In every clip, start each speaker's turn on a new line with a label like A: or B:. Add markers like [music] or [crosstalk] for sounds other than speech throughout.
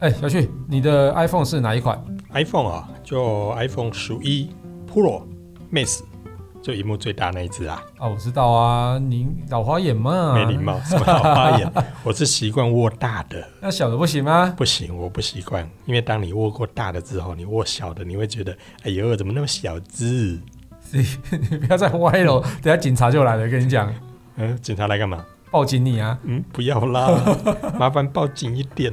A: 哎，小旭，你的 iPhone 是哪一款？
B: iPhone 啊，就 iPhone 十一 Pro Max，就荧幕最大那一只啊，
A: 啊，我知道啊，您老花眼嘛，
B: 没礼貌，什么老花眼，我是习惯握大的，
A: 那小的不行吗？ [laughs]
B: 不行，我不习惯，因为当你握过大的之后，你握小的，你会觉得，哎呦，怎么那么小只？
A: 你你不要再歪了， [laughs] 等下警察就来了，跟你讲，
B: 嗯，警察来干嘛？
A: 报警你啊！
B: 嗯，不要啦，麻烦报警一点。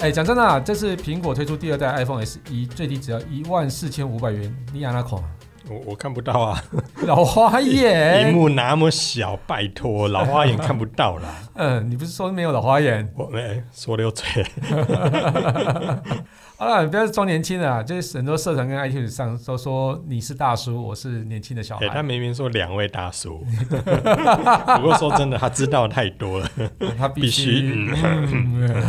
A: 哎，讲真的、啊，这次苹果推出第二代 iPhone SE，最低只要一万四千五百元，你养哪款？啊
B: 我我看不到啊，
A: 老花
B: 荧
A: 眼，
B: 幕那么小，拜托，老花眼看不到啦。
A: 嗯，你不是说没有老花眼？
B: [laughs] 我哎，说溜嘴，
A: [laughs] 好了，不要装年轻了啊，就是很多社团跟 iTunes 上都说你是大叔，我是年轻的小
B: 哎，他
A: 孩。
B: 明明说两位大 [laughs] 叔，不过说真的，他知道太多了， [laughs]
A: 他必
B: 必须
A: 须，嗯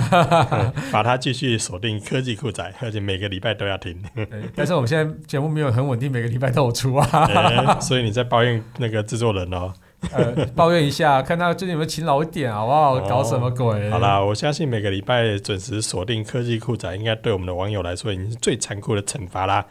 B: 把他继续锁定科技酷仔，而且每个礼拜都要 [laughs] 听。
A: 对但是我们现在节目没有很稳定，每个礼拜都有出啊。 [laughs]
B: 哎所以你在抱怨那个制作人哦。
A: 呃，抱怨一下，看他最近有没有勤劳一点，好不好？
B: 哦
A: 搞什么鬼？
B: 好，啦，我相信每个礼拜准时锁定科技酷仔，应该对我们的网友来说已经是最残酷的惩罚啦。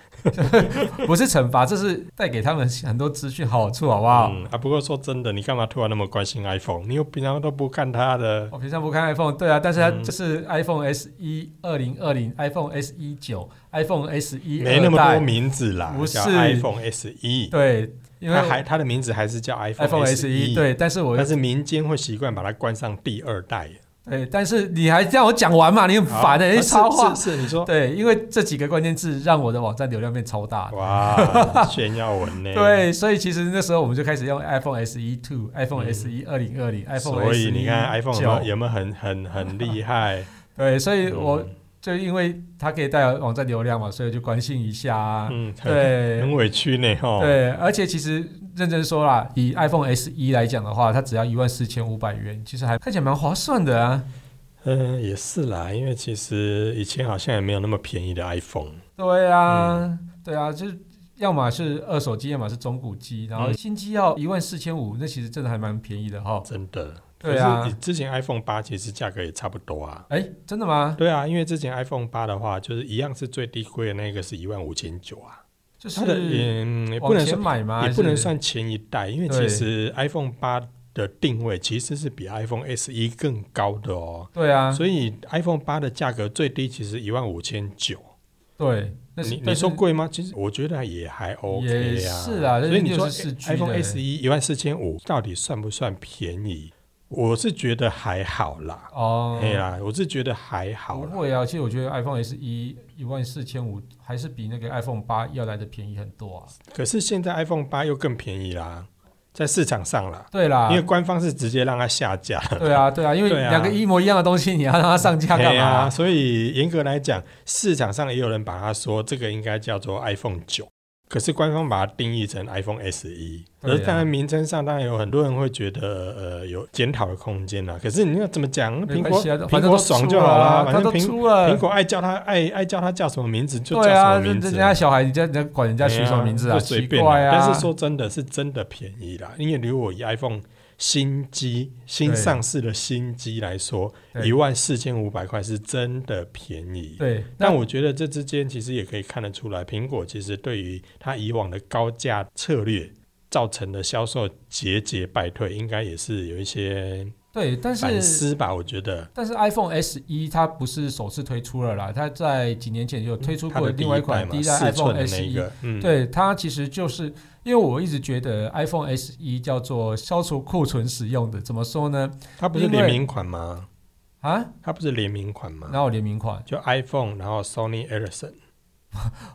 A: 不是惩罚，这是带给他们很多资讯好处，好不好？
B: 嗯啊，不过说真的，你干嘛突然那么关心 iPhone？你又平常都不看它的，
A: 我平常不看 iPhone，对啊，但是它
B: 嗯
A: 就是 iPhone S 一二零二零、iPhone S 一九、iPhone S E 一
B: 没那么多名字啦，
A: 不是
B: 叫 iPhone SE，
A: 对，因为
B: 它还它的名字还是叫
A: iPhone
B: iPhone
A: S 一，
B: SE，，
A: 对，但是我
B: 但是民间会习惯把它冠上第二代。
A: 对，但是你还让我讲完嘛，你很
B: 好
A: [laughs] 烦的、欸
B: 啊
A: 你插
B: 是
A: 话。
B: 是是，你说
A: 对，因为这几个关键字让我的网站流量变超大。 [laughs]
B: 哇，炫耀文呢？，
A: 对，所以其实那时候我们就开始用 iPhone SE Two、iPhone SE 二零二零、iPhone E
B: 嗯所以你看 iPhone 有没有
A: 9
B: 有没有很很很厉害？
A: 对，所以我
B: 嗯
A: 就因为它可以带来网站流量嘛，所以就关心一下 [laughs] 啊。
B: 嗯，
A: [laughs]
B: 很
A: 对
B: 很委屈呢哦。
A: 对，而且其实认真说啦，以 iPhone SE 来讲的话，它只要一万四千五百元，其实还看起来蛮划算的啊。
B: 嗯，也是啦，因为其实以前好像也没有那么便宜的 iPhone。
A: 对啊，
B: 嗯
A: 对啊，就是要么是二手机，要么是中古机，然后
B: 嗯
A: 新机要一万四千五，那其实真的还蛮便宜的哈。
B: 真的。
A: 对啊
B: 可是你之前 iPhone 八其实价格也差不多啊。
A: 哎，真的吗？
B: 对啊，因为之前 iPhone 八的话，就是一样是最低规的那个是一万五千九啊。
A: 就
B: 它的
A: 是
B: 嗯，也不
A: 往
B: 能
A: 前
B: 算，
A: 买吗？
B: 也
A: 还
B: 不能
A: 是
B: 算前一代，因为
A: 对
B: 其实 iPhone 八的定位其实是比 iPhone SE 更高的哦。
A: 对啊，
B: 所以 iPhone 八的价格最低其实一万五千九，
A: 对，那是
B: 你你
A: 但
B: 说
A: 是
B: 贵吗？其实我觉得也还 OK
A: 也
B: 啊。
A: 是啊
B: 所以你
A: 那
B: 说
A: 64 G 的
B: iPhone SE 一万四千五到底算不算便宜？我是觉得还好啦，
A: 哦，
B: 哎呀、我是觉得还好
A: 不
B: 啦。
A: 会啊，其实我觉得 iPhone S 一一万四千五还是比那个 iPhone 八要来的便宜很多啊。
B: 可是现在 iPhone 八又更便宜啦，在市场上啦，
A: 对啦
B: 因，为官方是直接让它下架。
A: 对啊，对啊，因为
B: 对啊
A: 两个一模一样的东西，你要让它上架干
B: 哎呀、
A: 嘛？
B: 所以严格来讲，市场上也有人把它说这个应该叫做 iPhone 九，可是官方把它定义成 iPhone SE。
A: 对啊
B: 而当然名称上当然有很多人会觉得呃有检讨的空间啦。可是你要怎么讲？
A: 没
B: 苹
A: 关
B: 果
A: 系啊反
B: 苹
A: 正都
B: 果爽
A: 出
B: 就好
A: 了
B: 啦，
A: 啊，
B: 反
A: 它
B: 正
A: 都
B: 苹
A: 出了
B: 苹。果爱叫它爱爱叫它叫什么名字就叫
A: 对啊，
B: 什么
A: 人
B: 名字。
A: 人家小孩，人家人家管人家
B: 哎
A: 取
B: 呀
A: 什么名字啊？
B: 就
A: 奇
B: 随便
A: 怪
B: 啦
A: 啊！
B: 但是说真的是真的便宜啦，因为如果以 iPhone 新机新
A: 对
B: 上市的新机来说，
A: 对
B: 一万四千五百块是真的便宜。
A: 对，
B: 但我觉得这之间其实也可以看得出来，苹果其实对于它以往的高价策略造成的销售节节败退，应该也是有一些
A: 对，但
B: 反
A: 是
B: 思吧。我觉得
A: 但是 iPhone S 一它不是首次推出了啦，它在几年前就有推出
B: 它
A: 过
B: 的
A: 另外一款
B: 第
A: 第
B: 一
A: 一
B: 代
A: 代
B: 嘛，四
A: iPhone
B: 寸的
A: S
B: 那一
A: 一。
B: 个，嗯，
A: 对，它其实就是因为我一直觉得 iPhone S 一叫做消除库存使用的，怎么说呢？
B: 它不是联名款吗？
A: 啊，
B: 嗯它不是联名款吗？
A: 哪有联名款？
B: 就 iPhone，然后 Sony Ericsson，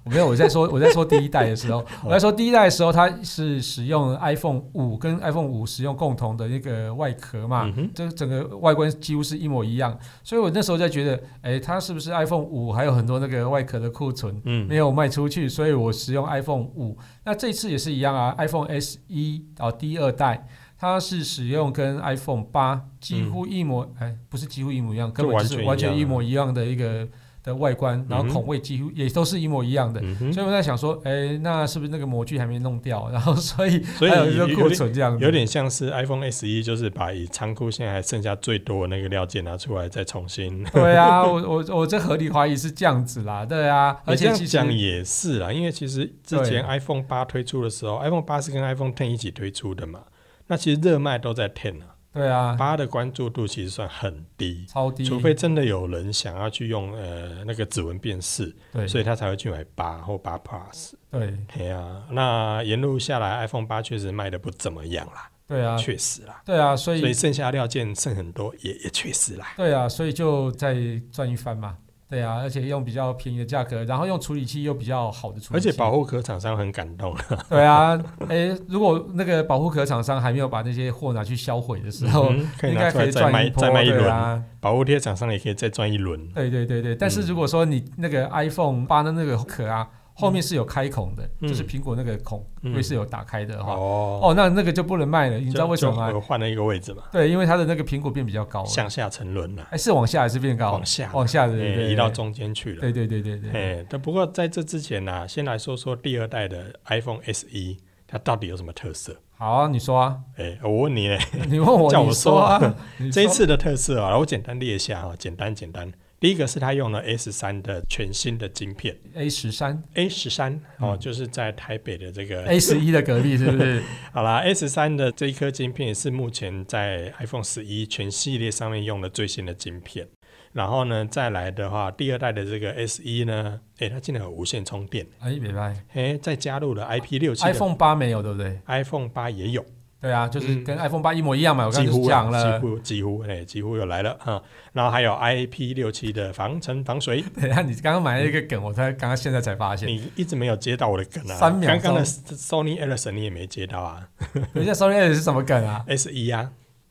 A: 我没有，我在说 [laughs] 我在说第一代的时候，
B: 嗯
A: 我在说第一代的时候，它是使用 iPhone 五跟 iPhone 五使用共同的一个外壳嘛，
B: 嗯哼，
A: 这整个外观几乎是一模一样，所以我那时候在觉得，哎，它是不是 iPhone 五还有很多那个外壳的库存
B: 嗯，
A: 没有卖出去，所以我使用 iPhone 五。那这次也是一样啊，iPhone S 一哦，第二代。它是使用跟 iPhone 八几乎一模，哎、不是几乎一模一样，根本就是
B: 嗯就
A: 完
B: 完
A: 全
B: 全
A: 一
B: 一啊
A: 模
B: 模
A: 一样的一个的外观，然后孔位几乎也都是一模一样的。
B: 嗯哼，
A: 所以我在想说，哎、那是不是那个模具还没弄掉？然后所以
B: 所以
A: 还有一个
B: 有
A: 库
B: 有
A: 存这样子，
B: 有点像是 iPhone SE，就是把以仓库现在还剩下最多的那个料件拿出来，再重新。 [laughs]
A: 对啊，我我我这合理怀疑是这样子啦，对啊，而
B: [laughs] 而
A: 且
B: 且
A: 其
B: 讲
A: 实
B: 也是啦，因为其实之
A: 对
B: 前 iPhone 八推出的时候，iPhone 八是跟 iPhone Ten 一起推出的嘛，那其实热卖都在 Ten 啊，
A: 对啊，
B: 八的关注度其实算很低，
A: 超低，
B: 除非真的有人想要去用呃那个指纹辨识，
A: 对
B: 所以他才会去买八或八 Plus。
A: 对
B: 嘿啊，那沿路下来，iPhone 八确实卖的不怎么样啦，
A: 对啊，
B: 确实啦，
A: 对啊，所
B: 所以
A: 以
B: 剩下料件剩很多，也也确实啦。
A: 对啊，所以就再赚一番嘛，对啊，而且用比较便宜的价格，然后用处理器又比较好的处理
B: 而
A: 器，
B: 且保护壳厂商很感动，
A: 对啊，哎、如果那个保护壳厂商还没有把那些货拿去销毁的时候。 [laughs]
B: 嗯可以
A: 应该
B: 拿出
A: 可
B: 来
A: 以
B: 再
A: 赚
B: 卖
A: 波，
B: 再卖一
A: 对
B: 轮，
A: 啊，
B: 保护贴厂商也可以再赚一轮。
A: 对对对对。但
B: 嗯
A: 是如果说你那个 iPhone 八的那个壳啊，后面是有开孔的，
B: 嗯
A: 就是苹果那个孔，
B: 嗯
A: 会是有打开的哈。
B: 哦，
A: 哦，那那个就不能卖了，你
B: 你
A: 知道为什么吗？哦
B: 我换了一个位置嘛，
A: 对，因为它的那个苹果变比较高了，
B: 向下沉沦了，
A: 哎，是往下还是变高？
B: 往下
A: 往下的，哦对对
B: 哎
A: 对，
B: 移到中间去了。
A: 对对对对对，
B: 哎，但不过在这之前呢，先来说说第二代的 iPhone SE，它到底有什么特色？
A: 好啊，你说啊，
B: 哎，我问你嘞，
A: 你问我，
B: 叫
A: 你
B: 我
A: 说啊，你
B: 这一
A: 说
B: 次的特色啊，我简单列一下啊，简单简单。第一个是它用了 S 三的全新的晶片
A: A 十三
B: A 十三
A: 嗯
B: 哦，就是在台北的这个
A: A 十一的隔壁是不
B: [laughs]
A: 是？
B: 好啦，S 三的这一颗晶片是目前在 iPhone 十一全系列上面用的最新的晶片。然后呢，再来的话，第二代的这个 S 一呢，诶，它竟然有无线充电，
A: 哎，别拜
B: 诶，再加入了 IP 六七
A: ，iPhone 八没有对不对？
B: iPhone 八也有，
A: 对啊，就是
B: 嗯
A: 跟 iPhone 八一模一样嘛，我刚
B: 几
A: 刚就
B: 乎
A: 讲
B: 啊
A: 了 [laughs]
B: 几。乎几乎诶，几乎有来了啊、然后还有 IP 六七的防尘防水，
A: 等一啊下，你刚刚埋了一个梗，我才刚刚现在才发现，
B: 你一直没有接到我的梗啊，
A: 三秒钟
B: 刚刚的 Sony Ericsson 你也没接到啊
A: 等一下 Sony A 是什么梗啊？
B: ，S 一啊，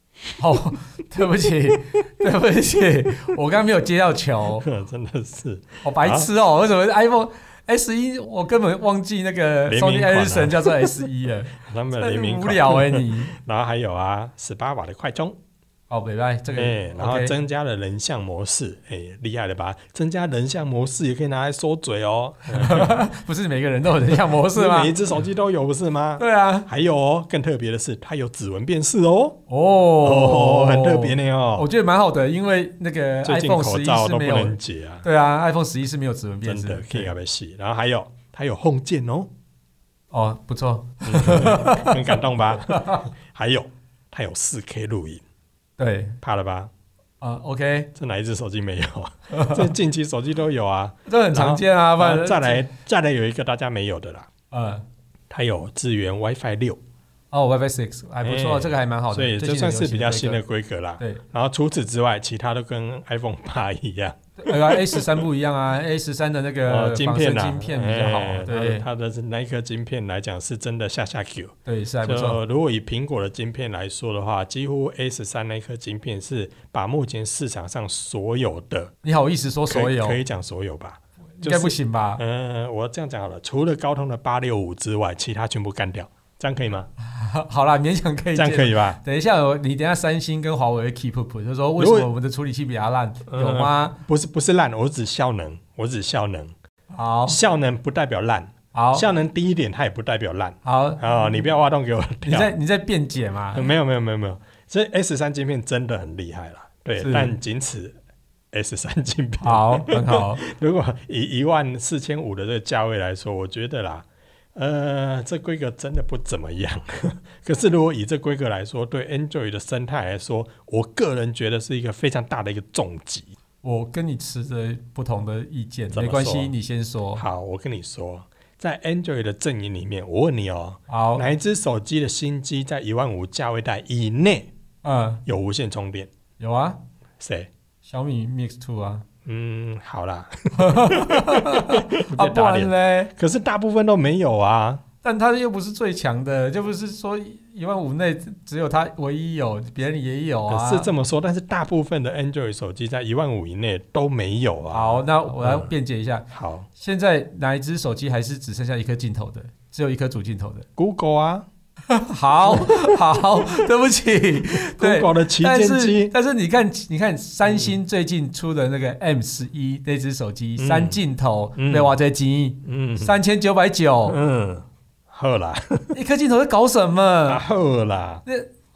B: [laughs]
A: 哦，对不起，对不起，我刚刚没有接到球。
B: 真的是
A: 好白痴
B: 啊
A: 哦、为什么 iPhone S 一我根本忘记那个
B: 联名
A: Sony
B: 款啊
A: Ericsson 叫做 S 一
B: [laughs]
A: 了，
B: 他们的联
A: 真
B: 名
A: 无
B: 款
A: 聊哎、你。
B: [laughs] 然后还有啊，十八瓦的快充，
A: 哦，北拜这
B: 哎、
A: 个，
B: 然后
A: OK
B: 增加了人像模式，哎、厉害了吧？增加人像模式也可以拿来说嘴哦，
A: [laughs] 不 [laughs] 是每个人都有人像模式吗
B: 每一？只手机都有不是吗？
A: [laughs] 对啊，
B: 还有哦，更特别的是，它有指纹辨识哦，
A: 哦，
B: 哦，很特别，呢哦
A: 我。觉得蛮好的，因为那个
B: 最近
A: iPhone
B: 口
A: 十一
B: 罩
A: 是
B: 都不
A: 没有
B: 能，解啊，
A: 对啊，iPhone 十一是没有指纹辨
B: 真
A: 识
B: 的可以啊
A: 对
B: 要被洗。然后还有，它有 home 键哦，
A: 哦，不错，
B: 嗯 [laughs] 很感动吧？还有，它有 4K 录影，
A: 对
B: 怕了吧？
A: 啊，OK，
B: 这哪一只手机
A: [laughs]
B: 没有？啊这近期手机都有啊。
A: 这很常见啊，不
B: 然后
A: 然
B: 再，来，再来有一个大家没有的啦，
A: 嗯，
B: 它有支援 WiFi 六，
A: 哦，WiFi Six 还不错，
B: 哎
A: 这个还蛮好的，
B: 所以
A: 哦最
B: 这
A: 近
B: 算
A: 很
B: 是
A: 流行
B: 比较新
A: 这
B: 的
A: 个，
B: 规格啦。
A: 对。
B: 然后除此之外，其他都跟 iPhone 八一样，
A: 呃，A 十三不一样啊，A 十三的那
B: 呃，
A: 个
B: 晶
A: 仿
B: 片
A: 生
B: 啦，
A: 晶片比较好啊，
B: 哎
A: 对
B: 它的它的那一颗晶片来讲是真的下下 Q。
A: 对是还不错，
B: 就如果以苹果的晶片来说的话，几乎 A 十三那颗晶片是把目前市场上所有的，
A: 你好意思说所
B: 可以
A: 有
B: 可？以讲所有吧，
A: 应该
B: 就是
A: 不行吧？
B: 嗯，我这样讲好了，除了高通的八六五之外，其他全部干掉，这样可以吗？
A: 好啦，勉强可以
B: 这
A: 接
B: 样
A: 受，
B: 可以吧？
A: 等一下，我你等一下，三星跟华为 keep up，就是说为什
B: 如
A: 么
B: 果
A: 我们的处理器比它烂？
B: 嗯
A: 有吗？
B: 不是不是烂，我指效能，我指效能。
A: 好，
B: 效能不代表烂，
A: 哦好，
B: 效能低一点它也不代表烂
A: 好，
B: 啊、你不要挖洞给我
A: 你
B: 跳。
A: 在你在辩解嘛？
B: 没有没有没有没有，这 S 三晶片真的很厉害啦，对
A: 是，
B: 但仅此 S 三晶片，
A: 好，很好，
B: [laughs] 如果以一万四千五的这个价位来说，我觉得啦，呃，这规格真的不怎么样。 [laughs] 可是如果以这规格来说，对 Android 的生态来说，我个人觉得是一个非常大的一个重击。
A: 我跟你持着不同的意见，
B: 怎么
A: 没关系，
B: 说
A: 你先说。
B: 好，我跟你说，在 Android 的阵营里面，我问你哦，
A: 好，
B: 哪一只手机的新机在一万五价位带以内
A: 嗯，
B: 有无线充电？
A: 有啊，
B: 谁？
A: 小米 Mix Two 啊，
B: 嗯，好啦， [laughs]
A: 啊，
B: 被
A: 不
B: 打脸
A: 然嘞，
B: 可是大部分都没有啊。
A: 但他又不是最强的，就不是说一万五内只有他唯一有，别人也有啊。
B: 是这么说，但是大部分的 Android 手机在一万五以内都没有啊。
A: 好，那我来
B: 嗯
A: 辩解一下，
B: 好
A: 现在哪一只手机还是只剩下一颗镜头的？只有一颗主镜头的。
B: ，Google 啊
A: 好
B: [laughs]
A: 好，对不起，对。
B: ，Google 的旗
A: 但
B: 舰
A: 是
B: 机，
A: 但是你看你看三星最近出的那个 M 十一那只手机、
B: 嗯
A: 三镜头，
B: 嗯
A: 对哇，这机
B: 嗯
A: 三千九百
B: [laughs]
A: 九，
B: 嗯，好啦，
A: 一颗镜头在搞什么？
B: 好啦，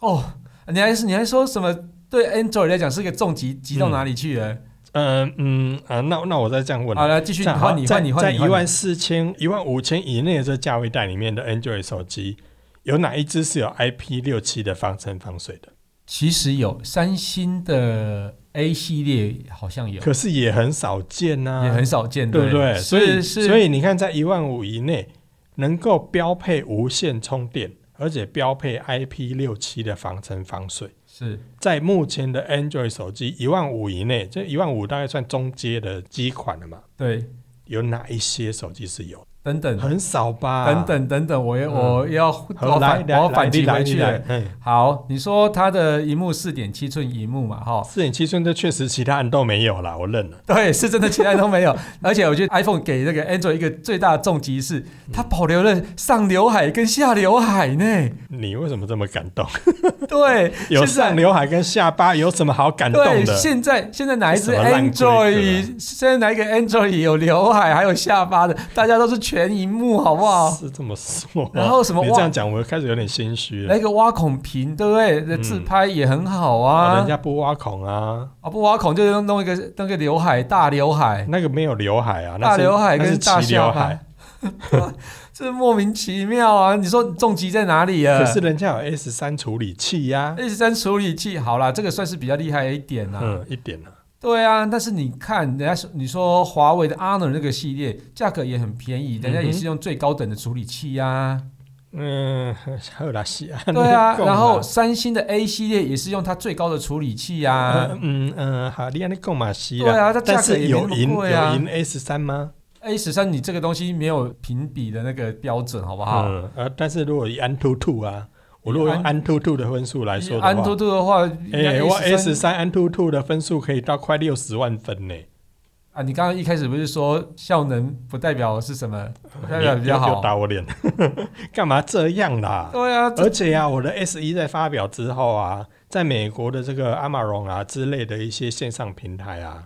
A: 哦，你还是你还说什么？对 Android 来讲是个重击，击到哪里去了？
B: 嗯嗯啊，那那我再这样问啊
A: 好了，继续
B: 这样
A: 换你
B: 在
A: 换你
B: 在
A: 换你
B: 一
A: 换
B: 万
A: 你。
B: 四千、一万五千以内的这价位带里面的 Android 手机，有哪一只是有 IP 六七的防尘防水的？
A: 其实有三星的 A 系列好像有，
B: 可是也很少见呐、
A: 也很少见，
B: 嗯对不对？
A: 是
B: 所以
A: 是，
B: 所以你看，在一万五以内能够标配无线充电，而且标配 IP 六七的防尘防水，
A: 是
B: 在目前的 Android 手机一万五以内，这一万五大概算中阶的机款了嘛？
A: 对，
B: 有哪一些手机是有？
A: 等等
B: 很少吧？
A: 等等等等，我也
B: 嗯
A: 我要
B: 好，
A: 我
B: 来
A: 反我要反击回
B: 来
A: 去
B: 来
A: 了。
B: 来，嗯。
A: 好，你说它的荧幕四点七寸荧幕嘛，哈，
B: 四点七寸这确实其他人都没有啦，我认了。
A: [laughs] 对，是真的，其他都没有。 [laughs] 而且我觉得 iPhone 给那个 Android 一个最大的重击是，
B: 嗯
A: 它保留了上刘海跟下刘海
B: [laughs]
A: 呢。
B: 你为什么这么感
A: [laughs]
B: 动？
A: 对，
B: 有
A: 现在
B: 上刘海跟下巴有什么好感动
A: 对，
B: 的？
A: 现在现在哪一只
B: 什么烂规格啊
A: Android，现在哪一个 Android 有刘海还有下巴的？大家都是全荧幕，好不好？
B: 是这么说。
A: 然后什么
B: 你
A: 哇哎
B: 这样讲，我开始有点心虚了
A: 那。个挖孔屏，对不对？那自拍也很好
B: 嗯啊
A: 啊
B: 人。家不挖孔啊，
A: 啊，不挖孔就是弄弄一个那个刘海大刘海，
B: 那个没有刘海啊，那
A: 大
B: 是
A: 刘海
B: 那是
A: 跟大
B: 齐
A: 下
B: 刘
A: 巴
B: 海。，
A: [laughs] 这莫名其妙啊！你说重疾在哪里啊？
B: 可是人家有 S 三处理器呀、
A: S 三处理器好啦，这个算是比较厉害一点啦、
B: 嗯，一点啊，
A: 对啊，但是你看人家说，你说华为的 Honor 那个系列价格也很便宜，人家也
B: 嗯
A: 是
B: 哼
A: 用最高等的处理器呀、
B: [laughs] 嗯， [laughs] 还有哪些啊？
A: 对啊，
B: 你讲
A: 然后三星的 A 系列也是用它最高的处理器呀、
B: 呃嗯嗯，好，你安尼购买西
A: 对啊，它价
B: 但
A: 格
B: 是
A: 也没
B: 有
A: 那
B: 赢
A: 么
B: 有
A: 贵啊。
B: 赢 S 三吗？
A: A 十三，你这个东西没有评比的那个标准，好不好？
B: 嗯，呃，但是如果以安兔兔啊，我如果用
A: 以
B: 安兔兔的分数来说的话，
A: 哎安兔兔的话，应
B: 哎、
A: 该
B: 我 S
A: S
B: 三安兔兔的分数可以到快六十万分呢，
A: 啊，你刚刚一开始不是说效能不代表是什
B: 呃
A: 么，不代表
B: 你
A: 比较
B: 又
A: 好
B: 又？打我脸， [laughs] 干嘛这样啦？
A: 对啊，
B: 而且啊，我的 S 一在发表之后啊，在美国的这个 Amazon 啊之类的一些线上平台啊，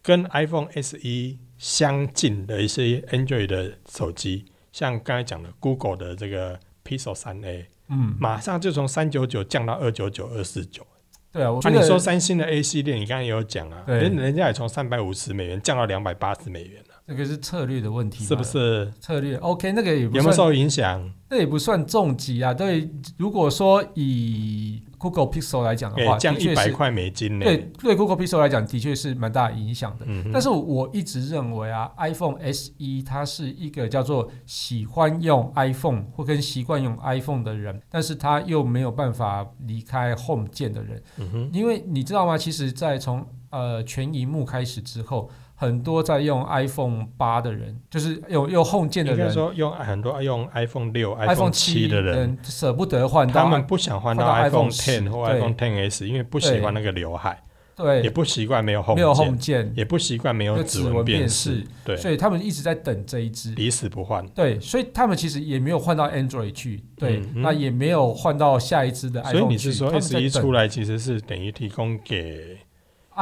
B: 跟 iPhone S 一相近的一些 Android 的手机，像刚才讲的 Google 的这个 Pixel 三 A，
A: 嗯，
B: 马上就从三九九降到二九九、二四九。
A: 对啊，我
B: 那、
A: 觉得
B: 啊、你说三星的 A 系列，你刚刚也有讲啊，
A: 对
B: 人人家也从三百五十美元降到两百八十美元了、啊
A: 这个是策略的问题嘛，
B: 是不是？
A: 策略？OK，那个也不
B: 有没有
A: 算，
B: 受影响？
A: 那也不算重疾啊。对，如果说以 Google Pixel 来讲
B: 哎、
A: 的话，
B: 降
A: 的
B: 一
A: 确
B: 百
A: 是
B: 块美金呢、
A: 对对 Google Pixel 来讲，的确是蛮大影响的。
B: 嗯哼，
A: 但是我一直认为啊，iPhone SE 它是一个叫做喜欢用 iPhone 或跟习惯用 iPhone 的人，但是他又没有办法离开 Home 键的人，
B: 嗯哼，
A: 因为你知道吗？其实，在从呃全荧幕开始之后，很多在用 iPhone 八的人，就是用用 Home 键的
B: 应该
A: 人
B: 说用很多用 iPhone 六、
A: ，iPhone
B: 七的人，
A: 人舍不得换
B: 他
A: 到啊
B: 们不想换到
A: 换到 iPhone
B: iPhone Ten 或
A: 对
B: iPhone Ten S，因为不喜欢那个刘海，也
A: 对
B: 不习惯没有 Home
A: 没有
B: 键
A: Home 键，
B: 也不习惯没有
A: 就
B: 指
A: 指
B: 纹
A: 纹
B: 辨
A: 辨
B: 识
A: 识，
B: 对，
A: 所以他们一直在等这一支。
B: 抵死不换。
A: 对，所以他们其实也没有换到 Android 去，对，
B: 嗯嗯
A: 那也没有换到下一支的 iPhone 去。
B: 所以你是说
A: 他们在
B: S 一
A: 等
B: 出来其实是等于提供给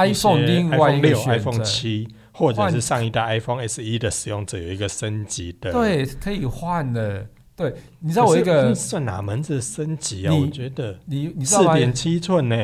B: 一些
A: iPhone 另外一
B: iPhone
A: 个
B: 六、
A: 选
B: iPhone
A: 择？
B: 七或者
A: 换
B: 是上一代 iPhone S 一的使用者有一个升级的。，
A: 对，可以换的。对，你
B: 你
A: 知道我一个，
B: 算哪门子的升级啊？
A: 你
B: 我觉得
A: 你你知道
B: 四
A: 吗？
B: 点七寸呢，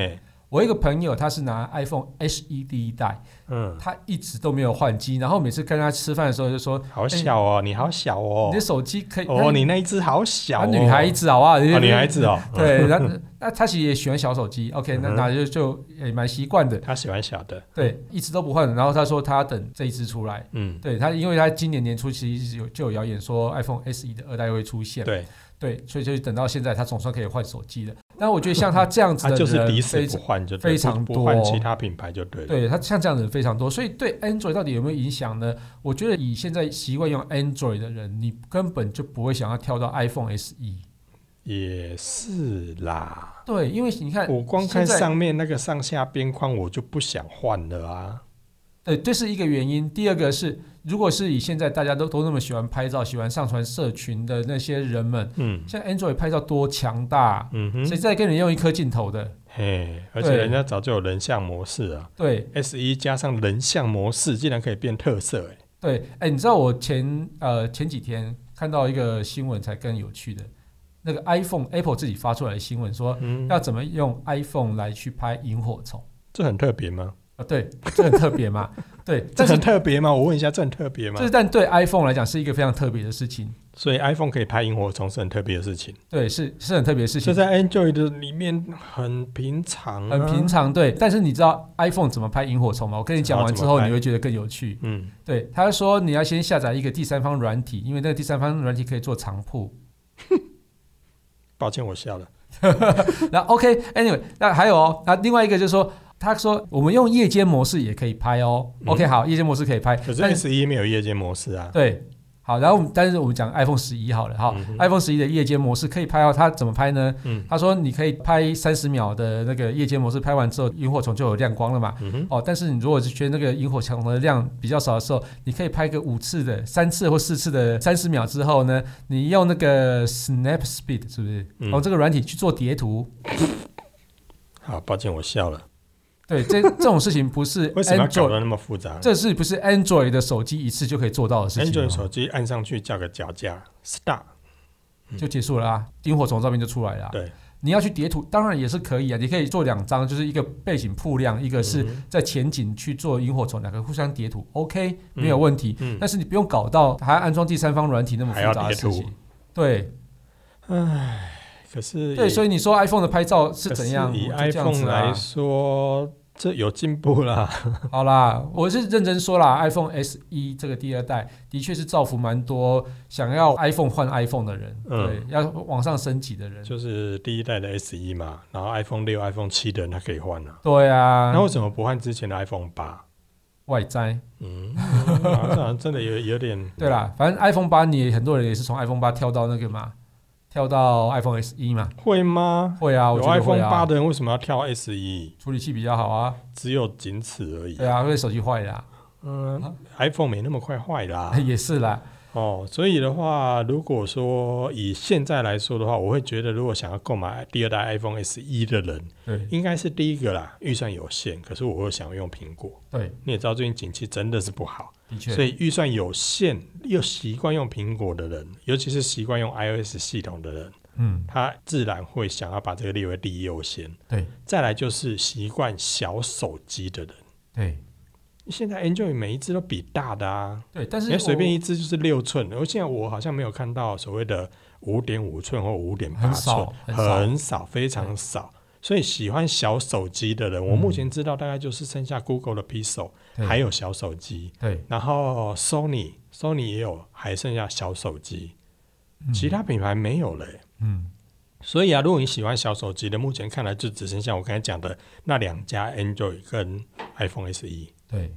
A: 我一个朋友他是拿 iPhone SE 第一代，
B: 嗯，
A: 他一直都没有换机，然后每次跟他吃饭的时候就说
B: 好小哦，你好小：“
A: 哎你
B: 哦
A: 的，手机可以
B: 哦，你那一只好小
A: 哎啊
B: 哦，
A: 女孩子好不好？
B: 啊，女孩子哦，
A: [laughs] 对，然后那他其实也喜欢小手机，OK，那
B: 嗯哼
A: 那就就也蛮习惯的，
B: 他喜欢小的，
A: 对，一直都不换。然后他说他等这一支出来，
B: 嗯，
A: 对他，因为他今年年初其实有就有谣言说 iPhone SE 的二代会出现，
B: 对，
A: 对，所以就等到现在他总算可以换手机了。但我觉得像他这样子
B: 他 [laughs]
A: 的人，
B: 啊就是抵死
A: 非
B: 不
A: 常
B: 换，就对
A: 非常
B: 不
A: 多
B: 不换其他品牌就对了。
A: 对他像这样的人非常多，所以对 Android 到底有没有影响呢？我觉得以现在习惯用 Android 的人，你根本就不会想要跳到 iPhone SE。
B: 也是啦，
A: 对，因为你看，
B: 我光看
A: 哎现在
B: 上面那个上下边框，我就不想换了啊。
A: 对，这是一个原因。第二个是，如果是以现在大家都都那么喜欢拍照、喜欢上传社群的那些人们，
B: 嗯
A: 像 Android 拍照多强大啊，
B: 嗯
A: 谁
B: 哼，
A: 在跟你用一颗镜头的？
B: 嘿，而且
A: 对
B: 人家早就有人像模式啊
A: 对
B: ，S 一加上人像模式，竟然可以变特色、欸，
A: 对，哎，你知道我前呃前几天看到一个新闻才更有趣的，那个 iPhone Apple 自己发出来的新闻说，
B: 嗯，
A: 要怎么用 iPhone 来去拍萤火虫
B: 这很特别吗？
A: 啊？对，这很特别嘛。 [laughs] 对，
B: 这
A: 但是
B: 很特别吗？我问一下，这很特别吗
A: 这？是但对 iPhone 来讲是一个非常特别的事情。
B: 所以 iPhone 可以拍萤火虫是很特别的事情，
A: 对，是是很特别的事
B: 这
A: 情，
B: 在 Android 的里面很平常、啊
A: 很平。常。对，但是你知道 iPhone 怎么拍萤火虫吗？我跟你讲完之
B: 嗯怎么
A: 后，
B: 拍
A: 你会觉得更有趣。
B: 嗯，
A: 对，他说你要先下载一个第三方软体，因为那个第三方软体可以做长曝。
B: 抱歉，我笑了。
A: [laughs] 那 OK，Anyway，、那还有哦，那另外一个就是说，他说我们用夜间模式也可以拍哦。
B: 嗯
A: OK，好，夜间模式可以拍，
B: 可是
A: 但
B: S 一没有夜间模式啊。
A: 对，好，然后我们但是我们讲 iPhone 十一好了哈、
B: 嗯哼
A: i p h o n e 十一的夜间模式可以拍到它怎么拍呢？
B: 嗯
A: 他说你可以拍三十秒的那个夜间模式，拍完之后萤火虫就有亮光了嘛。
B: 嗯哼，
A: 哦，但是你如果是觉得那个萤火虫的量比较少的时候，你可以拍个五次的、三次或四次的三十秒之后呢，你用那个 Snap Speed 是不是？
B: 嗯
A: 哦，这个软体去做叠图。
B: 好，抱歉，我笑了。
A: 对，这这种事情不是
B: 为什么要搞
A: Android，
B: 得那么复杂
A: 这是不是 Android 的手机一次就可以做到的事情
B: ？Android
A: 哦？
B: 手机按上去叫个脚架，Star。
A: 就结束了啊，萤火虫照片就出来了啊、
B: 嗯对，
A: 你要去叠图，当然也是可以啊，你可以做两张，就是一个背景铺亮，一个是
B: 嗯
A: 在前景去做萤火虫，两个互相叠图，OK，
B: 嗯
A: 没有问题。
B: 嗯
A: 但是你不用搞到还要安装第三方软体那么复
B: 还要
A: 杂的
B: 叠
A: 事
B: 图
A: 情。对
B: 可是
A: 对，所
B: 以
A: 以你说 iPhone 的拍照是
B: 可是
A: 怎样？
B: 以
A: 我就这样
B: iPhone
A: 子啊
B: 来说，这有进
A: [laughs]
B: 步啦。
A: 好啦，我是认真说啦，iPhone S 一这个第二代的确是造福蛮多想要 iPhone 换 iPhone 的人，
B: 嗯
A: 对，要往上升级的人。
B: 就是第一代的 S 一嘛，然后 iPhone 六、iPhone 七的人他可以换啊。
A: 对啊，
B: 那为什么不换之前的 iPhone 八？
A: 外摘。 [laughs]
B: 嗯，好像真的有有点
A: 对啦，反正 iPhone 八你很多人也是从 iPhone 八跳到那个嘛，跳到 iPhone S 一嘛。
B: 会吗？
A: 会啊，我
B: 有
A: 觉得
B: iPhone
A: 会
B: 八
A: 啊。
B: 的人为什么要跳 S 一？
A: 处理器比较好啊，
B: 只有仅此而已。
A: 对啊，因为啊手机坏啦，。
B: 嗯，iPhone 没那么快坏啦
A: [laughs] 也是啦，
B: 哦，所以的话，如果说以现在来说的话，我会觉得，如果想要购买第二代 iPhone S 一的人，
A: 对
B: 应该是第一个啦，预算有限。可是我又想要用苹果，
A: 对，
B: 你也知道最近景气真的是不好，
A: 的确，
B: 所以预算有限又习惯用苹果的人，尤其是习惯用 iOS 系统的人，
A: 嗯，
B: 他自然会想要把这个列为第一优先。
A: 对
B: 再来就是习惯小手机的人，
A: 对
B: 现在 Android 每一只都比大的啊，
A: 对，但
B: 你
A: 是
B: 看随便
A: 我
B: 一只就是六寸，而现在我好像没有看到所谓的五点五寸或五点八
A: 很
B: 寸
A: 少，很少
B: 很少，非常少。所以喜欢小手机的人，我目前知道大概就是剩下 Google 的 Pixel，
A: 嗯对
B: 还有小手机，
A: 对，
B: 然后 Sony Sony 也有，还剩下小手机，
A: 嗯
B: 其他品牌没有了欸、
A: 嗯
B: 所以啊，如果你喜欢小手机的，目前看来就只剩下我刚才讲的那两家 Android 跟 iPhone SE。
A: 对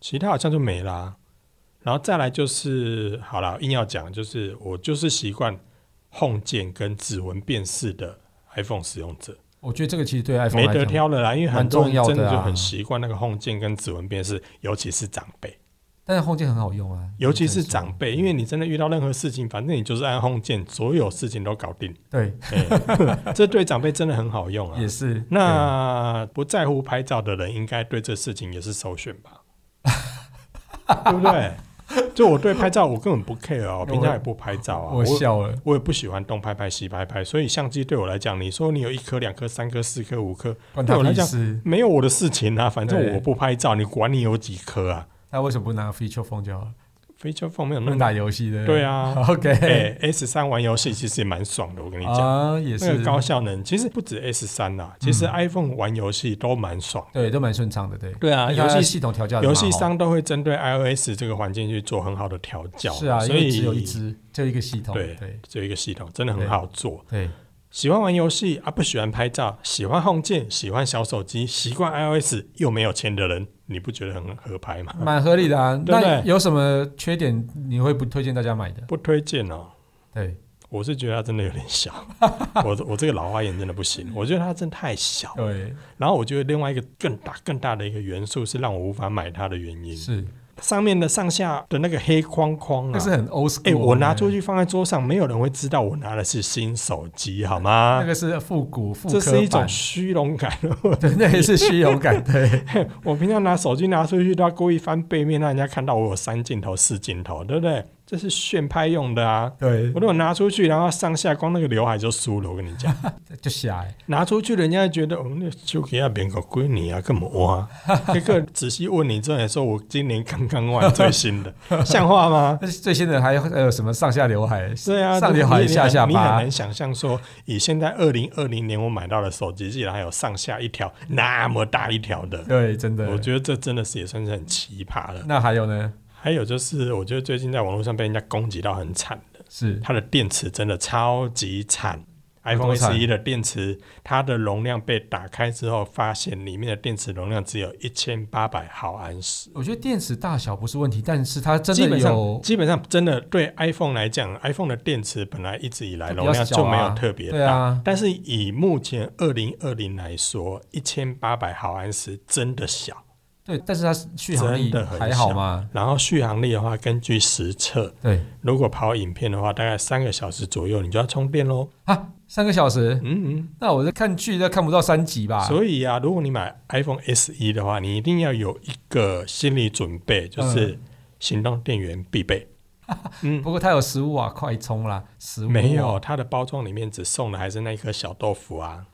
B: 其他好像就没啦、然后再来就是，好啦，硬要讲就是我就是习惯 Home 键跟指纹辨识的 iPhone 使用者，
A: 我觉得这个其实对 iPhone
B: 没
A: 来
B: 得
A: 讲，
B: 挑了啦，因为很多人
A: 蛮重要的
B: 真
A: 啊
B: 的就很习惯那个 Home 键跟指纹辨识，尤其是长辈，
A: 但是 Home 键很好用啊，
B: 尤其是
A: 这样
B: 长辈，因为你真的遇到任何事情，反正你就是按 Home 键，所有事情都搞定，
A: 说对
B: 哎这对长辈真的很好用啊
A: 也。是
B: 那不在乎拍照的人，应该对这事情也是首选吧？ [laughs] 对不对？就我对拍照，我根本不 care 哦，平常也不拍照
A: 对
B: 啊。
A: 我笑了，
B: 我也不喜欢东拍拍西拍拍，所以相机对我来讲，你说你有一颗、两颗、三颗、四颗、五颗，
A: 关
B: 对
A: 他
B: 我来
A: 屁
B: 讲
A: 事，
B: 没有我的 [laughs] 事情啊。反
A: 对
B: 正我不拍照，你管你有几颗啊
A: 他为什么不拿 feature phone 就好了？
B: Feature Phone 没有那
A: 能
B: 么
A: 打游戏的。
B: 嗯 [laughs] 对啊
A: [laughs] ，OK，
B: 哎、s 三玩游戏其实也蛮爽的，我跟你讲，
A: 啊，也
B: 那
A: 是
B: 个高效能其实不止 S 三啦，其实 iPhone 玩游戏都蛮爽。
A: 对，都蛮顺畅的，对。
B: 对啊
A: 因为
B: 游
A: 它
B: 戏
A: 系统调教得
B: 游
A: 蛮好
B: 戏商都会针对 iOS 这个环境去做很好的调教，
A: 是啊，因
B: 所
A: 为
B: 以
A: 只有一，只，就一个系统，
B: 对嗯
A: 对
B: 只有一个系统，真的很好做。
A: 对
B: 喜欢玩游戏啊，不喜欢拍照，喜欢 Home 键，喜欢小手机，习惯 iOS 又没有钱的人，你不觉得很合拍吗？
A: 蛮合理的啊。
B: 对不
A: 那
B: 对
A: 有什么缺点你会不推荐大家买的？
B: 不推荐哦，
A: 对，
B: 我是觉得它真的有点小，
A: [laughs]
B: 我我这个老花眼真的不行，我觉得它真的太小。
A: 对，
B: 然后我觉得另外一个更大更大的一个元素是让我无法买它的原因，
A: 是，
B: 上面的上下的那个黑框框啊
A: 那，是很 old school
B: 哎、
A: 的。
B: 我拿出去放在桌上，没有人会知道我拿的是新手机，好吗
A: 那？个是复古复
B: 啊这
A: 刻
B: 是一种
A: 版，
B: 虚荣感。
A: [laughs]
B: [laughs]
A: 对，那也是虚荣感，对
B: 我平常拿手机拿出去，都要故意翻背面，让人家看到我有三镜头、四镜头，对不对？这是炫拍用的啊！
A: 对
B: 我，如果拿出去，然后上下光那个刘海就输了。我跟你讲， [laughs]
A: 就欸狭隘，
B: 拿出去人家就觉得，哦，那手机啊，边个归你啊，干嘛挖？ [laughs] 这个仔细问你之后，还说我今年刚刚换最新
A: [laughs]
B: 的，像话吗？
A: 那最新的还有还有什么上下刘海？
B: 对啊，
A: 上
B: 你
A: 刘海
B: 你
A: 下下
B: 你很
A: 巴，
B: 难想象说，以现在二零二零年我买到的手机，竟然还有上下一条那么大一条的，
A: 对，真的
B: 我。觉得这真的是也算是很奇葩了。
A: 那还有呢？
B: 还有就是，我觉得最近在网络上被人家攻击到很惨的，
A: 是
B: 它的电池真的超级惨。
A: 有
B: iPhone
A: 多惨
B: 十一的电池，它的容量被打开之后，发现里面的电池容量只有一千八百毫安时。
A: 我觉得电池大小不是问题，但是它真
B: 基
A: 的
B: 本
A: 有
B: 上，基本上真的对 iPhone 来讲，iPhone 的电池本来一直以来
A: 就比较
B: 容量就没
A: 小
B: 有
A: 啊
B: 特别
A: 对
B: 大，
A: 啊
B: 但是以目前二零二零来说，一千八百毫安时真的小。
A: 对，但是它续航力
B: 真的很
A: 还好
B: 小
A: 嘛？
B: 然后续航力的话，根据实测，
A: 对
B: 如果跑影片的话，大概三个小时左右你就要充电喽。
A: 啊，三个小时，
B: 嗯
A: 那我在看剧都看不到三集吧
B: 嗯，？所以啊，如果你买 iPhone SE 的话，你一定要有一个心理准备，就是行动电源必备。嗯，
A: 不过它有十五瓦快充啦，十五
B: 没有，啊它的包装里面只送的还是那一颗小豆腐啊。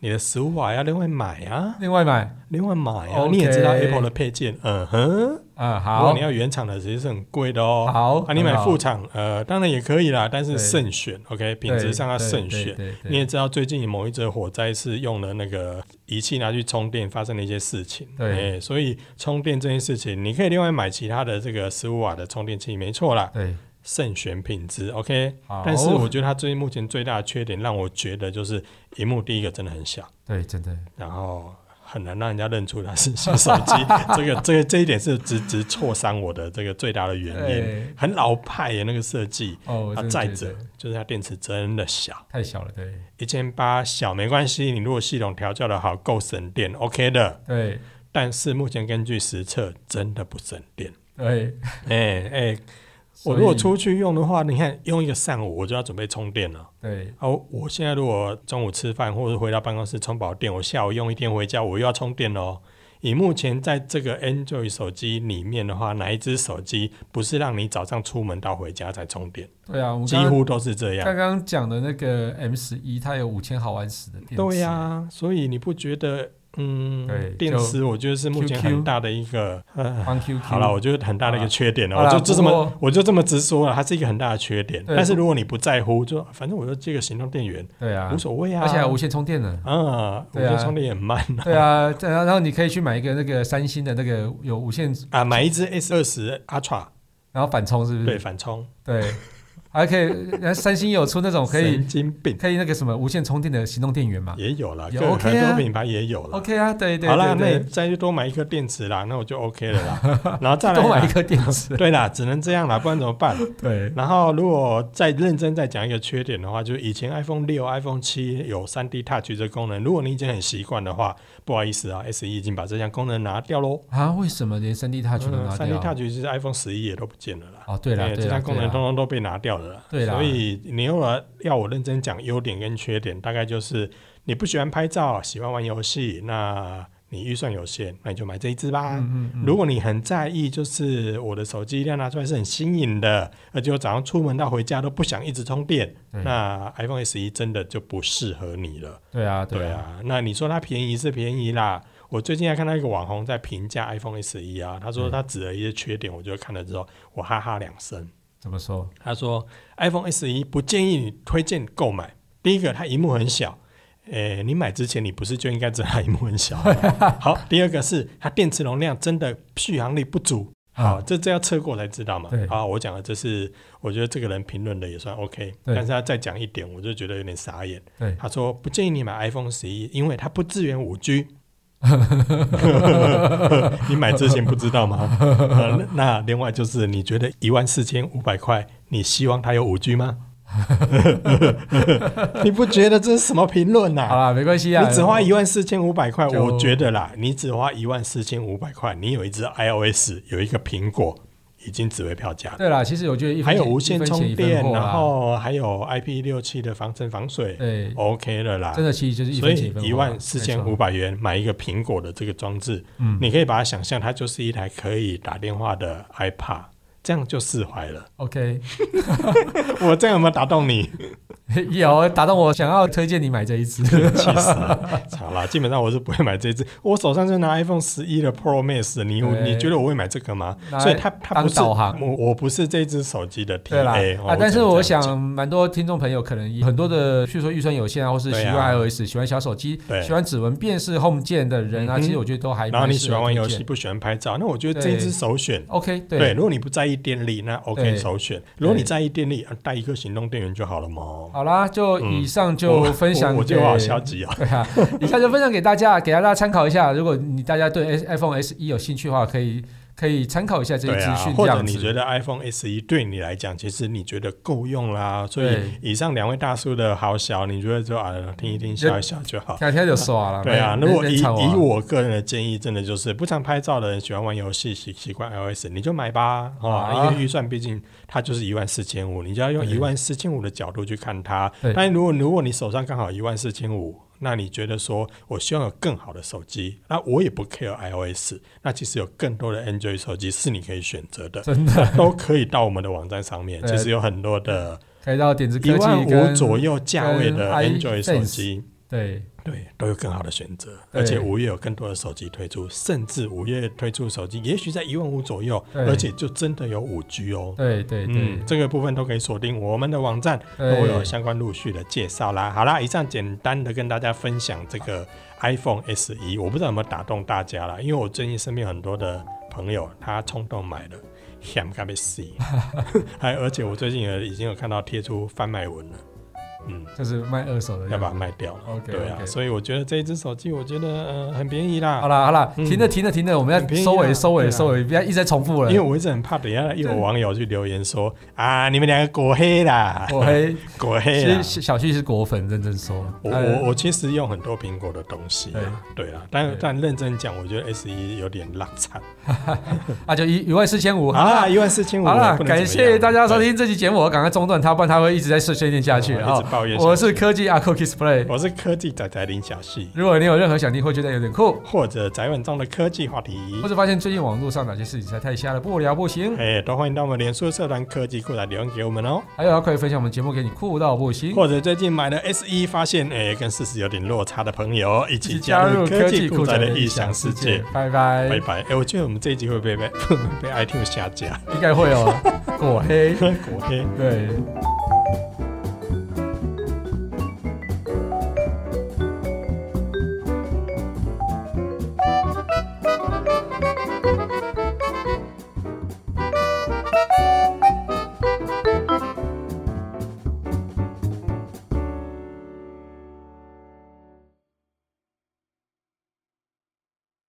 B: 你的食物啊要另外买啊，
A: 另外买
B: 另外买啊。
A: OK
B: 你也知道 Apple 的配件，嗯哼，
A: 啊、嗯，
B: 如果
A: 好
B: 你，要原厂的，其实是很贵的哦。
A: 好
B: 啊，你买
A: 很好
B: 副厂，呃，当然也可以啦，但是
A: 对
B: 慎选，OK，品质上要
A: 对
B: 慎
A: 对
B: 选。
A: 对对
B: 你也知道，最近某一则火灾是用了那个仪器拿去充电，发生了一些事情。
A: 对
B: 哎所以充电这件事情，你可以另外买其他的这个十五瓦的充电器，没错啦。
A: 对，
B: 慎选品质，OK。
A: 好
B: 但是我觉得它最目前最大的缺点，让我觉得就是荧幕第一个真的很小，
A: 对，真的
B: 然后很难让人家认出它是新手
A: [laughs]
B: 机。这个这个这一点是直直挫伤我的这个最大的原因，
A: 对
B: 很老派耶那个设计。
A: 哦，我
B: 啊，
A: 真的
B: 再
A: 觉
B: 者
A: 得
B: 就是它电池真的小，
A: 太小了，对
B: 一千八小没关系，你如果系统调教的好，够省电，OK 的。
A: 对
B: 但是目前根据实测，真的不省电。
A: 对，
B: 哎、哎、
A: 所
B: 我
A: 以
B: 如果出去用的话，你看用一个上午我就要准备充电了。
A: 对
B: 哦，我现在如果中午吃饭或者回到办公室充饱电，我下午用一天回家，我又要充电哦。以目前在这个 Android 手机里面的话，哪一只手机不是让你早上出门到回家才充电？
A: 对啊，我们
B: 几
A: 刚刚
B: 乎都是这样。
A: 刚刚讲的那个 M 十一，它有五千毫安时的电池，
B: 对呀、所以你不觉得？
A: 对
B: 嗯，
A: 就
B: 电池我觉得是目前
A: QQ
B: 很大的一个，呃，
A: 换 QQ
B: 好了，我觉得很大的一个缺点了，
A: 好
B: 我
A: 啦
B: 就就这
A: 不过
B: 么我就这么直说了，它是一个很大的缺点。
A: 对
B: 但是如果你不在乎，就反正我就接个行动电源，
A: 对啊
B: 无，所谓啊，。
A: 而且还有无线充电呢
B: 啊，我
A: 对啊
B: 觉得充电也慢
A: 对啊，对啊然后你可以去买一个那个三星的那个有无线， [laughs]
B: 啊，买一支 S 二十 Ultra，
A: 然后反充是不
B: 对，
A: 是？
B: 反充，
A: 对对，还可以，然后三星有出那种可以
B: 神经病
A: 可以那个什么无线充电的行动电源嘛
B: 也有了，
A: 也
B: 各
A: OK
B: 很
A: 啊
B: 多品牌也有了。
A: ？OK 啊，对对
B: 好
A: 对
B: 啦，那你
A: 对，
B: 再去多买一颗电池啦，那我就 OK 了
A: [laughs]
B: 啦。然后再来
A: 多买一
B: 啦，
A: 颗电
B: [laughs]
A: 池。
B: 对啦，只能这样啦，不然怎么办？
A: 对
B: 然后，如果再认真再讲一个缺点的话，就是以前 iPhone 六、iPhone 七有 3D Touch 这功能，如果你已经很习惯的话，不好意思啊，SE 已经把这项功能拿掉喽。
A: 啊，为什么连三 D Touch 都拿
B: 嗯三 D
A: 掉？啊
B: Touch 其实 iPhone 十一也都不见了啦。
A: 哦，对了
B: 哎
A: 对
B: 这
A: 了
B: 项功能通
A: 对
B: 通都被拿掉了啦。
A: 对啦
B: 所以你如果要我认真讲优点跟缺点，大概就是你不喜欢拍照，喜欢玩游戏，那你预算有限，那你就买这一支吧。
A: 啦，嗯嗯嗯，
B: 如果你很在意，就是我的手机一定要拿出来是很新颖的，而且我早上出门到回家都不想一直充电，
A: 对
B: 那 E iPhone SE 真的就不适合你了。
A: 对啊对啊，
B: 啊，那你说它便宜是便宜啦，我最近还看到一个网红在评价 iPhone S 一啊，他说他指了一些缺点，我就看了之后我哈哈两声。
A: 怎么说？
B: 他说 iPhone S 一不建议你推荐购买，第一个它荧幕很小。诶、你买之前你不是就应该知道它荧幕
A: [laughs]
B: 很小吗？好，第二个是它电池容量真的续航力不足，好，这这要测过才知道嘛
A: 啊对。
B: 好，我讲的这是我觉得这个人评论的也算 OK，
A: 对
B: 但是他再讲一点，我就觉得有点傻眼。
A: 对
B: 他说不建议你买 iPhone 十一，因为它不支援五
A: [laughs]
B: G。你买之前不知道吗？呃那那另外就是，你觉得一万四千五百块，你希望它有五 G
A: [laughs]
B: 吗？你不觉得这是什么评论
A: 好
B: 呐？
A: 啦，没关系啊。
B: 你只花一万四千五百块，
A: 就
B: 我觉得啦，你只花一万四千五百块，你有一只 iOS，有一个苹果，已经值回票价了。
A: 对啦，其实我觉得一分
B: 还有
A: 钱
B: 无
A: 一
B: 线
A: 分钱
B: 充
A: 一分
B: 电，
A: 货啦
B: 然后还有 IP 六七的防尘防水
A: 对，
B: ，OK 了啦。
A: 真的其实就是一
B: 所
A: 分钱
B: 以
A: 一分货啦。
B: 一万四千五
A: 没错，
B: 百元买一个苹果的这个装置，
A: 嗯，
B: 你可以把它想象它就是一台可以打电话的 iPad，这样就释怀了。
A: OK，
B: 我这样有没有打动你？ [laughs]
A: [laughs] 有打动我想要推荐你买这一支。
B: 气死了！好啦，基本上我是不会买这只，我手上就拿 iPhone 十一的 Pro Max，你
A: 对
B: 你觉得我会买这个吗
A: 拿？来
B: 所以它它不是
A: 当导航
B: 我我不是这只手机的
A: 对啦
B: TA 哦、
A: 啊，但
B: 只
A: 是
B: 能
A: 我
B: 这样
A: 想，蛮多听众朋友可能也很多的，譬如说预算有限啊，或是
B: 对
A: 喜
B: 啊
A: 欢 iOS、喜欢小手机、
B: 对
A: 喜欢指纹辨识 Home 键的人啊，
B: 嗯哼
A: 其实我觉得都还蛮
B: 讲，然后你
A: 适
B: 喜
A: 合
B: 欢玩
A: 推
B: 游戏
A: 荐
B: 不喜欢拍照，那我觉得这一
A: 对
B: 只首选。
A: ，OK，对，
B: 对，如果你不在意电力，那 OK
A: 对
B: 首选。如果你在意电力，啊带一个行动电源就好了嘛。
A: 好啦，就
B: 嗯
A: 以上就
B: 我
A: 分享
B: 我我觉
A: 给
B: 得我好消极啊。
A: [laughs] 对啊，以上就分享给大家，给大家参考一下。如果你大家对 iPhone S 一有兴趣的话，可以可以参考一下这些
B: 对
A: 资
B: 啊，
A: 讯，
B: 或
A: 这
B: 者
A: 样
B: 你
A: 子。
B: 觉得 iPhone S 一对你来讲，其实你觉得够用啦。所以
A: 对
B: 以上两位大叔的好小，你觉得就啊听一听笑一笑就好。
A: 天天就刷了，
B: 对啊，
A: 没
B: 如果以
A: 没吵啊
B: 以我个人的建议，真的就是不常拍照的人，喜欢玩游戏，习习惯 iOS，你就买吧哦，
A: 啊
B: 因为预算毕竟它就是一万四千五，你就要用
A: 对
B: 一万四千五的角度去看它
A: 对。
B: 但如果如果你手上刚好一万四千五，那你觉得说我希望有更好的手机，那我也不 care iOS，那其实有更多的 Android 手机是你可以选择的，
A: 真的
B: 都可以到我们的网站上面，
A: 对
B: 其实有很多的
A: 可以到点子
B: 一
A: 科
B: 万
A: 技
B: 五
A: 跟
B: 左右价位
A: 跟
B: 的
A: iPhone
B: Android 手机。
A: 对
B: 对，都有更好的选择，
A: 对
B: 而且五月有更多的手机推出，甚至五月推出手机，也许在一万五左右，
A: 对
B: 而且就真的有五 G 哦。
A: 对对对
B: 嗯，，这个部分都可以锁定我们的网站，都
A: 对
B: 有相关陆续的介绍啦。好啦，以上简单的跟大家分享这个 iPhone S 一，我不知道有没有打动大家啦，因为我最近身边很多的朋友他冲动买了。想咖被死，
A: [laughs]
B: 还而且我最近也已经有看到贴出贩卖文了，嗯，
A: 就是卖二手的，
B: 要把它卖掉了。
A: OK，啊
B: 对啊，所以我觉得这一只手机，我觉得呃很便宜
A: 好
B: 啦，
A: 了好了，
B: 嗯
A: 停了停了停了，我们
B: 很
A: 要
B: 便宜
A: 收
B: 啊
A: 尾收
B: 对
A: 尾
B: 啊
A: 收尾，不要一直在重复了。
B: 因为我一直很怕等一下又有网友去留言说啊，你们两个果黑啦，
A: 我
B: [laughs]
A: 黑，
B: 果
A: 其
B: 黑啦
A: 实。小小旭是果粉，认真说。
B: 哎我
A: 呃
B: 我我其实用很多苹果的东西啊，对啦，但
A: 对
B: 但认真讲，我觉得 S 一有点拉惨
A: 啊，就一一万四千五。
B: 好啦，一万四千五，
A: 好了，
B: 不能
A: 感
B: 怎么
A: 谢
B: 样
A: 大家收，听这期节目，我赶快中断它，不然它会一直在碎碎念下去
B: 嗯
A: 啊
B: 一直抱怨。
A: 我是科技阿酷 Display，
B: 对我是科技仔仔林小旭，
A: 如果你有任何想听或觉得有点酷，
B: 或者宅稳中的科技话题，
A: 或者发现最近网络上哪些事情实在太瞎了，不聊不行，
B: 哎，都欢迎到我们脸书社团科技库来留言给我们哦。
A: 还有可以分享我们节目给你酷到不行。
B: 或者最近买了 S 一，发现诶、跟事实有点落差的朋友，一
A: 一
B: 起加入科技酷宅的异想世界。，
A: 拜拜
B: 拜，拜！诶，我觉得我们这一集会被被 [laughs] 被 iTunes 下架， [laughs]
A: 应该会哦，果黑，
B: 果黑。
A: 对。